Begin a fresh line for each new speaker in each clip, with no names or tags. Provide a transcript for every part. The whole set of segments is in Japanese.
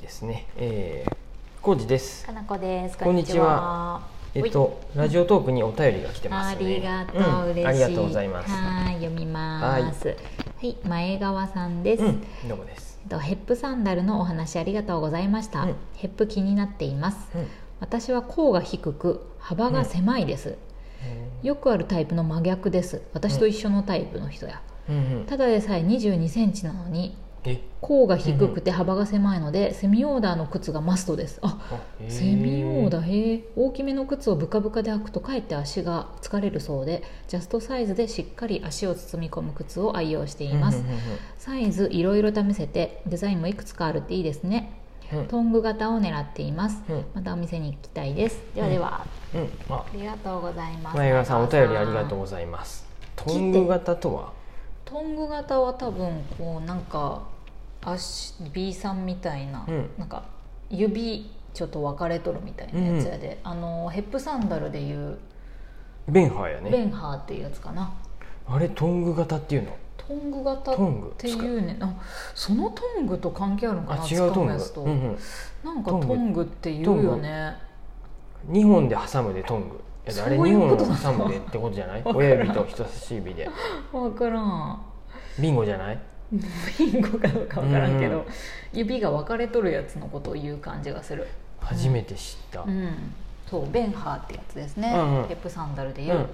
ですね。ええー、浩二です。
かなこです。
こんにちはえっとラジオトークにお便りが来て
こん
ま
にちは。あ
すね。
りがと
ん
う、嬉しい。
ありがとうございます。
はい、読みます。はい、前川さんです。
う
え
ん、どうもです。
っとヘップサンダルのお話ありがとうございました、
うん
ヘップ気になっています
うん、
私は甲が低く幅が狭いです、よくあるタイプの真逆です私と一緒のタイプの人や、
うん、うん、
ただでさえ2 2センチなのに
え、
甲が低くて幅が狭いので、セミオーダーの靴がマストですあ
あへー
セミオーダーへえ大きめの靴をブカブカで履くとかえって足が疲れるそうでジャストサイズでしっかり足を包み込む靴を愛用しています、
うんうん
サイズいろいろ試せてデザインもいくつかあるっていいですね
うんうん
トング型を狙っています、
うん
またお店に行きたいですではでは、
うん、うん、あ、
ありがとうございます
前川さんお便りありがとうございます。トング型とは、
トング型は多分こうなんか足 B さんみたいな、
うん
なんか指ちょっと分かれとるみたいなやつやで、あのヘップサンダルでいう
ベンハーや
ベ
ね。
ンハーっていうやつかな
あれトング型っていうの？
トング型
トング
っていうねあそのトングと関係あるのかな
あ、違うト
使
ン
う
グ
やつ。と、
うん、うん。
なんか
ト
ト
ング
ングっていうよね
二本で挟むでトング。いやあれ
そうい
二
う
本
こ
を
となの
挟むでってことじゃない？
わからん
親指と人差し指で。
分からん
ビンゴじゃない？
ビンゴかどうか分からんけど、
うん
指が分かれとるやつのことを言う感じがする
初めて知った。
うん、そうベンハーってやつですね、
うんうん
ヘップサンダルでいうう、
ん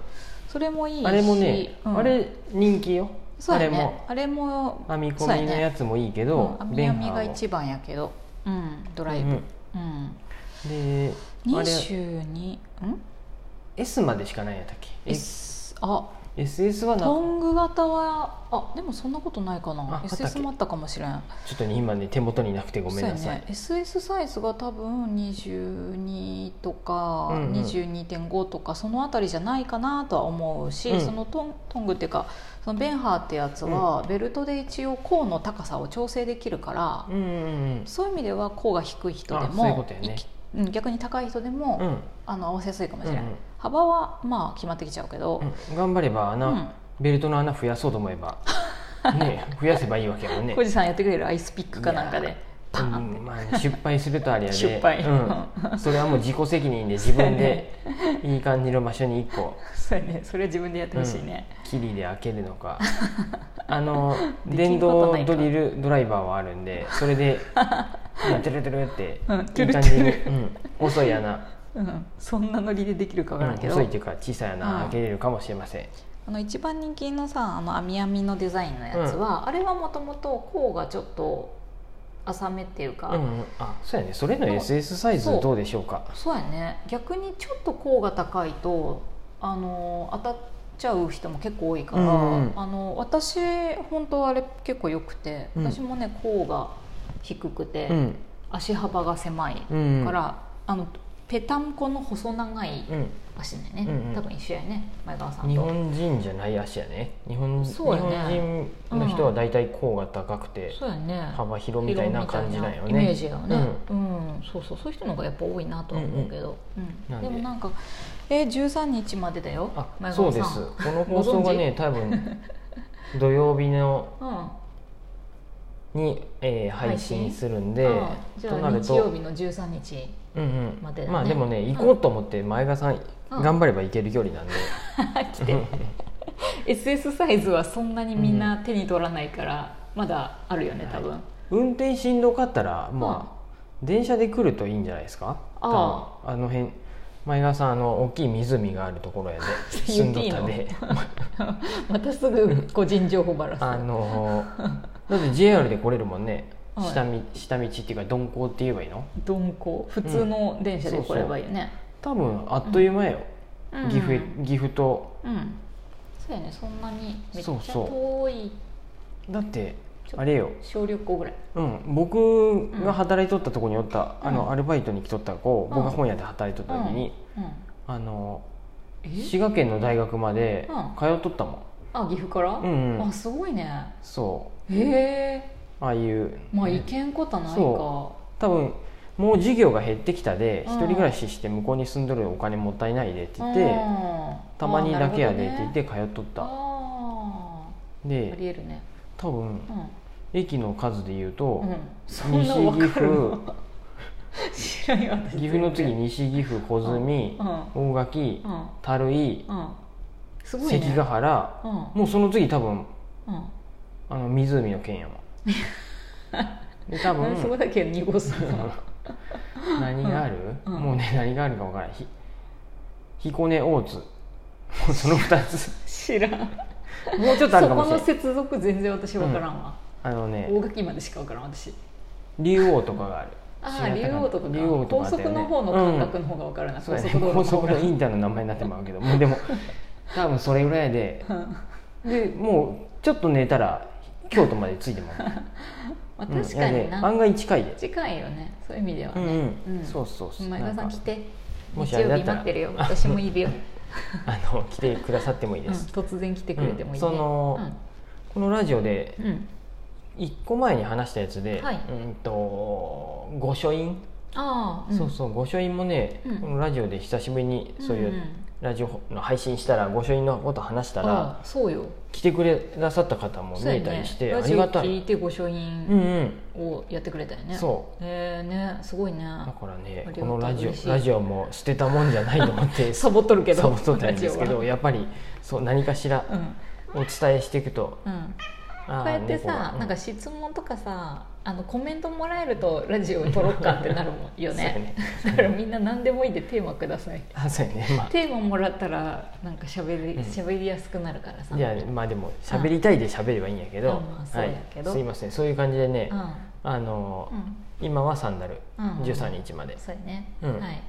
それもいいし
あれもね、
うん
あれ人気よ。
そう
あ
や
れ
ね
も
あれも
編み込みのやつもいいけど、
うん、
ベ
網
ン
網
ハーも
が一番やけど、うん、ドライブ、
うん
うん
で、あれ
22ん
S までしかないやったっけ？S
S あ
SS はな
トング型はあでもそんなことないかな
ああったっけ
SS もあったかもしれん
ちょっとね今ね手元になくてごめんな
そう
さ
や
い
ね。、SS サイズが多分22とか、
うんうん
22.5とかそのあたりじゃないかなとは思うし、
うん
そのトントングっていうかそのベンハーってやつは、ベルトで一応甲の高さを調整できるから、
うんうん
そういう意味では甲が低い人で
あそういうこ
も
とやね
いきうん逆に高い人でも、
うん。うん
あの合わせやすいかもしれない、
うんうん
幅はまあ決まってきちゃうけど、
うん頑張れば穴、
うん
ベルトの穴増やそうと思え ばね増やせばいいわけやもんね
小。路さんやってくれるアイスピックかなんか
い
で
や
パーンって。
うんまあね、失敗するとあれやで
失敗
うん、それはもう自己責任で自分でいい感じの場所に1個
そうやね、それは自分でやってほしいね、
キリで開けるの かあの
でき
電
んこと
動
ないか
ドリルドライバーはあるん でそれでトゥルトゥルって
うん
い
トゥ
い
ルト
感じ
ゥ
に、
ル
うん、細い穴、
うんそんなノリでできるか
う
わから
ん、
んけど、
細いっていうか小さい穴開けれるかもしれません、
あの一番人気のさあの網網のデザインのやつは、あれはもともと甲がちょっと浅めっていうか、
うんうんあそうやねそれの
そう
SS サイズどうでしょうか
そうやね逆にちょっと甲が高いとあの当たっちゃう人も結構多いから、
うんうん
あの私本当あれ結構よくて
うん
私もね甲が低くて、
うん
足幅が狭いか
うん
ら、あのぺたんこの細長い
うん
足だよね、
うんうん
多分一緒やね前川さん
日
と。
本人じゃない足やね日本
そうやね
日本人の人は大体甲が高くて、
そうやね
幅広みたいな感じだよね
イメージがね、うんそうそうそういう人の方がやっぱ多いなとは思うけど、うん
なんで
でもなんかえ13日までだよ
あそうです
う
この放送がね多分土曜日の
ん
に、えー配信するんで、
あじゃ
と
あ
なる
日
と
曜日の13日
うんうん
までだね
まあでもね行こうと思って前川さん、頑張れば行ける距離なんで、
来 て SS サイズはそんなにみんな手に取らないから、まだあるよね多分、
運転しんどかったらまあ、電車で来るといいんじゃないですか
あ
多分あの辺前川さんあの大きい湖があるところやで住んどった
言って
で
またすぐ個人情報ばらす
あのだって JR で来れるもんね
はい
下み下道っていうか鈍行って言えばいいの
鈍行普通の電車で来ればいいよね、
多分あっという間よ、
うん
岐阜へ岐阜と
うんそうやねそんなにめっちゃ
そうそう
遠い
だって
ちょ
あれよ、
小旅行ぐらい
うん、僕が働いとったとこにおった、
う
あ
んう
の
ん
アルバイトに来とった子、
うん
僕が本屋で働いとった時に、
うん、うん
あの
え
滋賀県の大学まで
うん
通っとったもん、
あ岐阜から、
うんうん
あすごいね
そ
へえ
うああいう
まあ
ね
行けんことないか
そ多分もう事業が減ってきたで
うん
一人暮らしして向こうに住んどるお金もったいないでって言って、
うん
たまにだけやでっ
あ
て
ー
言っ
なる
て通っとっ
ほ
た、
どねあー
で
ありえるね
多分
うん
駅の数でいうと、
うん、そんな分かるの 知らんよ私
岐阜の次
に
西岐阜小住
うん
大垣
うん
樽井
うんすごいね
関ヶ原
うん
もうその次多分
うん
あの湖の県や わで多
なんでそこ
分
だけ濁すの
何がある、
うんうん
もうね何があるか分からないひ彦根大津もうその2つ
知らん
もうちょっとあるか
そこ
もしれ
の
ない
接続全然私分からんわ、
あのね
大垣までしか分からん私
竜王とかがある
ああ
違
竜
ったな
王とかか
竜王と
高
かあったよ
速
ね
の方の
うん
感覚の方が分からない、
そうや
高
ね
速道路の
高
方
速
が
のインターの名前になってまうけどもうでも多分それぐらいで
う
で
ん
もうちょっと寝たら京都まで着いてもらう
まあ、
うん
確かに
いやね
な
案外近いで、
近いよねそういう意味では
うん
ね、
うん
うん
そうそうそう
前田さ
なんか
来て
も
日
しあれ
曜
だ
日
ったら
待ってるよ私もいるよ、
あの来てくださって もいい
うん、
です、
突然来てくれてもいい、ね
うんそのこのラジオで
うん、うん
一個前に話したやつで、
はい
うんと御書院、
ああ、ん
そうそう御書院もね、
うん
このラジオで久しぶりにそうい
ん
うラジオの配信したら御書院のこと話したら、
ああそうよ
来てくださった方も見
そう
え
や
たり
ね
して、
ラ
あ
ジ
り
オ
がた
聞い
い、
て御書
うん
印
うん
をやってくれたよね、
そう
へえねすごいね
だからね
ありが
こ
とう
のラジオ
嬉しい
ラジオも捨てたもんじゃないと思って
サボっとるけど
サボっとったんですけ
ラジオ
ど
は
やっぱりそう何かしら
うん
お伝えしていくと
うん、
あー
こうやって
猫
さ
が、う
なんか質問とかさあのコメントもらえるとラジオ撮ろっかってなるもんよねだ からみんな何でもいいでテーマください
そうやねあそうやねま
テーマもらったらなんか喋
うん
り喋りやすくなるからさ
あいやまあでも喋りたいで喋ればいいんやけ
あ
ど
まあそう
は
や
い
けど
すいませんそういう感じでね
うん
あの
う
ー
ん
今はサンダル
うんうん
13日まで
そうやね、
うん
はい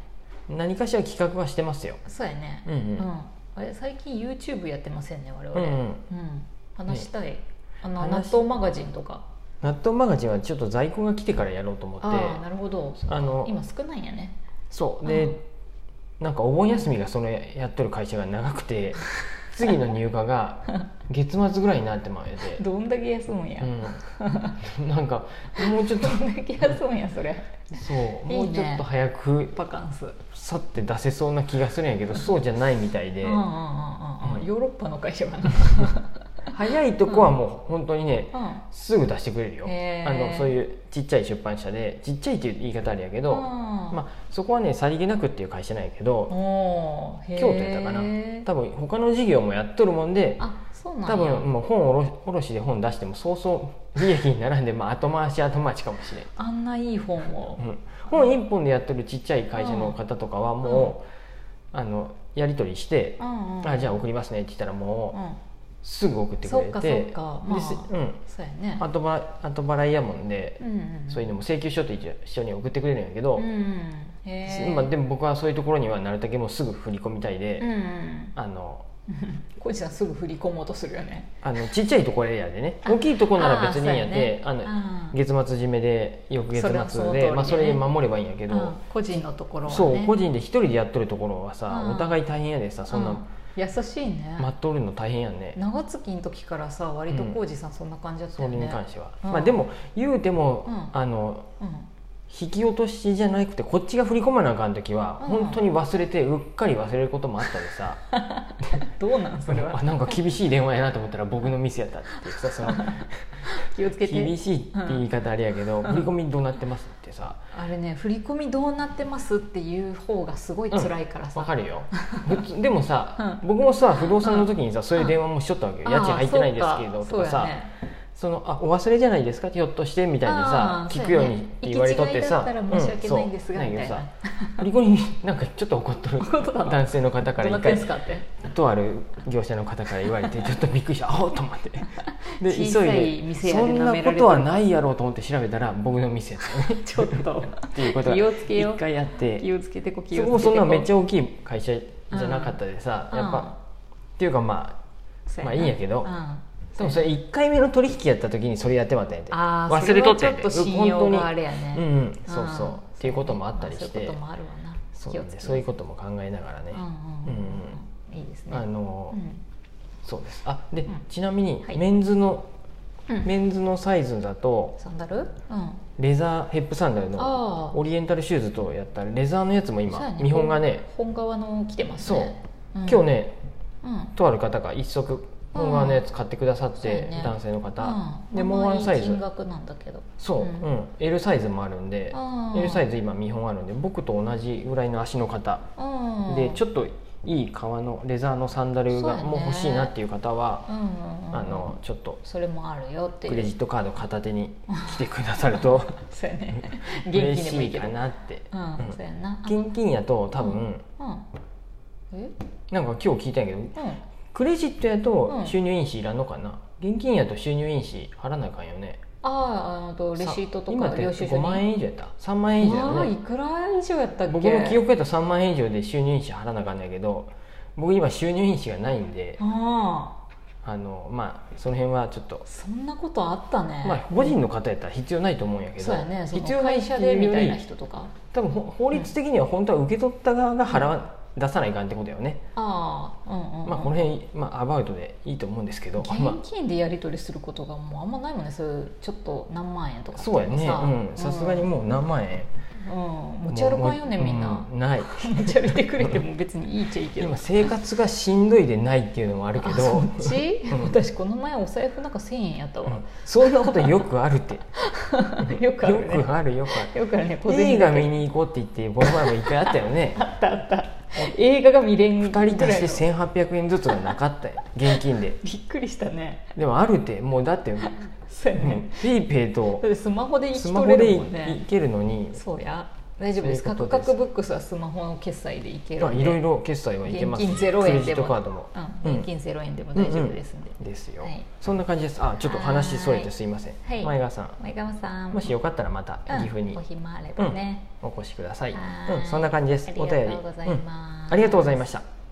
何かしら企画はしてますよ
そうやね
うんうん
あれ最近 YouTube やってませんね我々
うん
うん、
うん
話したい、あの納
話し
豆マガジンとか
納豆マガジンはちょっと在庫が来てからやろうと思って
ああなるほど
あの
今少ないんやね
そう
う
で
ん
なんかお盆休みがそのやっとる会社が長く て次の入荷が月末ぐらいになってまうやで、
どんだけ休むんや、
うん、なんかもうちょっと
どんだけ休むんやそれ
そう
いいね
もうちょっと早く
バカンス
去って出せそうな気がするんや けどそうじゃないみたいで
うんうんうんうん
うん
ヨーロッパの会社か な、
早いとこはもう本当にね
うん
すぐ出してくれるよ
へー
あのそういうちっちゃい出版社でちっちゃいっていう言い方あるやけどまあそこはねさりげなくっていう会社なんやけ
あ
ど
おーへー
京都やったかな多分他の事業もやっとるもんで
あそうなんや
多分もう本おろおろしで本出してもそうそう利益にならんで、まあ、後回し後回しかもしれん、
あんないい本を
うん、本1本でやってるちっちゃい会社の方とかはもう、あのやり取りして
う、んうん
あじゃあ送りますねって言ったら
う
もうんすぐ送ってくれて
そっかそっかまあ
ですうん、
そうやね
後ば後払いやもんで、
うんうん
そういうのも請求書と一緒に送ってくれるんやけど、
うんうんへー
まあ、でも僕はそういうところにはなるだけもうすぐ振り込みたいで、
うんうん
あの
コーチさんすぐ振り込もうとするよね
あのちっちゃいところやで ね
あ
大きいところなら別にやで
あ
あ
ー
の
そうやねうん
月末締めで翌月
それはその
末
通りで
で
ね
まあ、それで守ればいいんやけど、
うん個人のところはね
そう個人で一人でやっとるところはさ、
うん
お互い大変やでさそんな、
う優しいね
待っとるの大変やね、
長月の時からさ割と
うん
コージさんそんな感じだった
そ
よ
れ
ね
に関しては、
うん
まあでも言うても、
うん
あの
うん
引き落としじゃなくてこっちが振り込まなあかん時は、
うん
本当に忘れてうっかり忘れることもあったり さ
どうなんそれは
あなんか厳しい電話やなと思ったら僕のミスやったっていうさその
気をつけ て
厳しいって言い方あれやけど、振り込みどうなってますってさ
あれね振り込みどうなってますっていう方がすごい辛いからさ、
わかるよ普通でもさ、
う
僕もさ不動産の時にさ、そういう電話もしとったわけよ、
あー
家賃入ってないですけど
そ
と
う
かさ
そうやね
そのあお忘れじゃないですかひょっとしてみたいにさ
あー
聞くようにって言われとってさ
そうやね行き違いだったら申し訳ないんですが
そう
みたい
な
な
んやけどさ振り込みなんかちょっと怒っとる
怒っとったの
男性の方から
どうな
一
ってん
回
すかって
とある業者の方から言われてちょっとびっくりしたあおっと思ってで
小さい店やで
そん
舐められ
な
て
こ
る
とはないやろうと思って調べたら僕の店やったね
ちょっと
っていうことが
気をつけよう
一回やって
気をつけてこ気
そ
をつけて
こ
こ
もそんなめっち
ゃ
ゃ大きい会社じゃなかったでさ、
うん
やっ
うん
ぱっていうかままあいいんやけど
うん、
あでもそれ1回目の取引やった時にそれやってまったんやて
あー
忘れとったんや
それはちょっと信用があれや
本
ね
当にうんうんそうそ
ん
うっていうこともあったりし
そう
て
いうこともあるわな
そう
気
な
を
ん
つ
で
け
そういうことも考えながらね
とうんうん
うん
うんいいですね
あの
う
ー
ん
そうですあで
うん
ちなみに
はい
メンズの
うん
メンズのサイズだと
サンダルうん
レザーヘップサンダル
あ
の
ー
オリエンタルシューズとやったレザーのやつも
そうや
今
ね
見本がね
本側の来てますね
今日ね
うん
とある方が一足これはね
うん
使ってくださっ
そうや
て、
ね
男性の方、
うん
で
まあ
もう
まあ
ワンサイ
いい
ズ
金額なんだけど
そう、うん L サイズもあるんで、L サイズ今見本あるんで僕と同じぐらいの足の方でち
ょっ
ょっといい革のレザーのサンダル
そう
が
やね
もう欲しいなっていう方は
と、うんうんうん
あのちょっと
それもあるよっていう
クレジットカード片手に来てくださる と
そうやね
嬉
現金でも
し
いい
い
けど
かなって、
うん、
うん
そうやなあ
現金やと多分、
うんえ
なんか今日聞いたんやけど
う
クレジットや
う
と
ん
収入印紙いらんのかな、現金やと収入印紙払わなあかんよね
ん、あああとレシートと
今
か
って
領収書
5
に
万円以上やった3万円以上
わ
や
あい
ね
くら以上やったっけ
僕の記憶やと3万円以上で収入印紙払わなあかんねんやけど僕今収入印紙がないんで
あ
あのまあその辺はちょっと
あそんなことあったね、
まあ、個人の方やったら必要ないと思うんやけど
そうやねその
必要ないっ
会
ていう
社
よ
で
り
みたいな人とか
多分ほ法律的には本当は受け取った側が払わ、出さないかんってことよね、
ああうんうん、うん、
まあこの辺、まあ、アバウトでいいと思うんですけど、ま
現金でやり取りすることがもうあんまないもんねそういうちょっと何万円と
あ、
か
そうやね
さ
うんさすがにもう何万円
うん、持ち歩かんよね
もう
みんな、
うんない
持ち歩いてくれても別にいいっちゃいい けど
今生活がしんどいでないっていうのもあるけ
あ
ど
そっち、
うん
私この前お財布なんか1000円やった
う
わ
ん、そんなことよくあるって
よくあるね
よくあるよくある
よくあるね小
映
銭
画
だ
見
け
に行こうって言って僕の前も一回あったよ ね
あったあった映画が見れんぐら
2
いの
人足して1800円ずつがなかったよ現金で
びっくりしたね
でもあるってもうだっても
そうや
う
ね、
ペイペイ と
だってスマホで生
ス
き
マ
と
ホ
れ
で
る
い
もんね
いけるのに
そうや大丈夫です
そういうこと
カク
です
カクブックスはスマホの決済でいける
まあ
んで
いろいろ決済はいけま
現
す
金
ク
0
レ
円
ジ
で
ット
も
カードも
うん、現金0円でも大丈夫ですんで、
ですよ
はい
そんな感じですあちょっと話それてすいませ
は
ん
い
前川さん
前川さん
もしよかったらまた
うん
岐阜に
お暇あればね、
お越しください
はーい
うんそんな感じですお
あり
便
が
り
とうござい
うん
ます、
ありがとうございました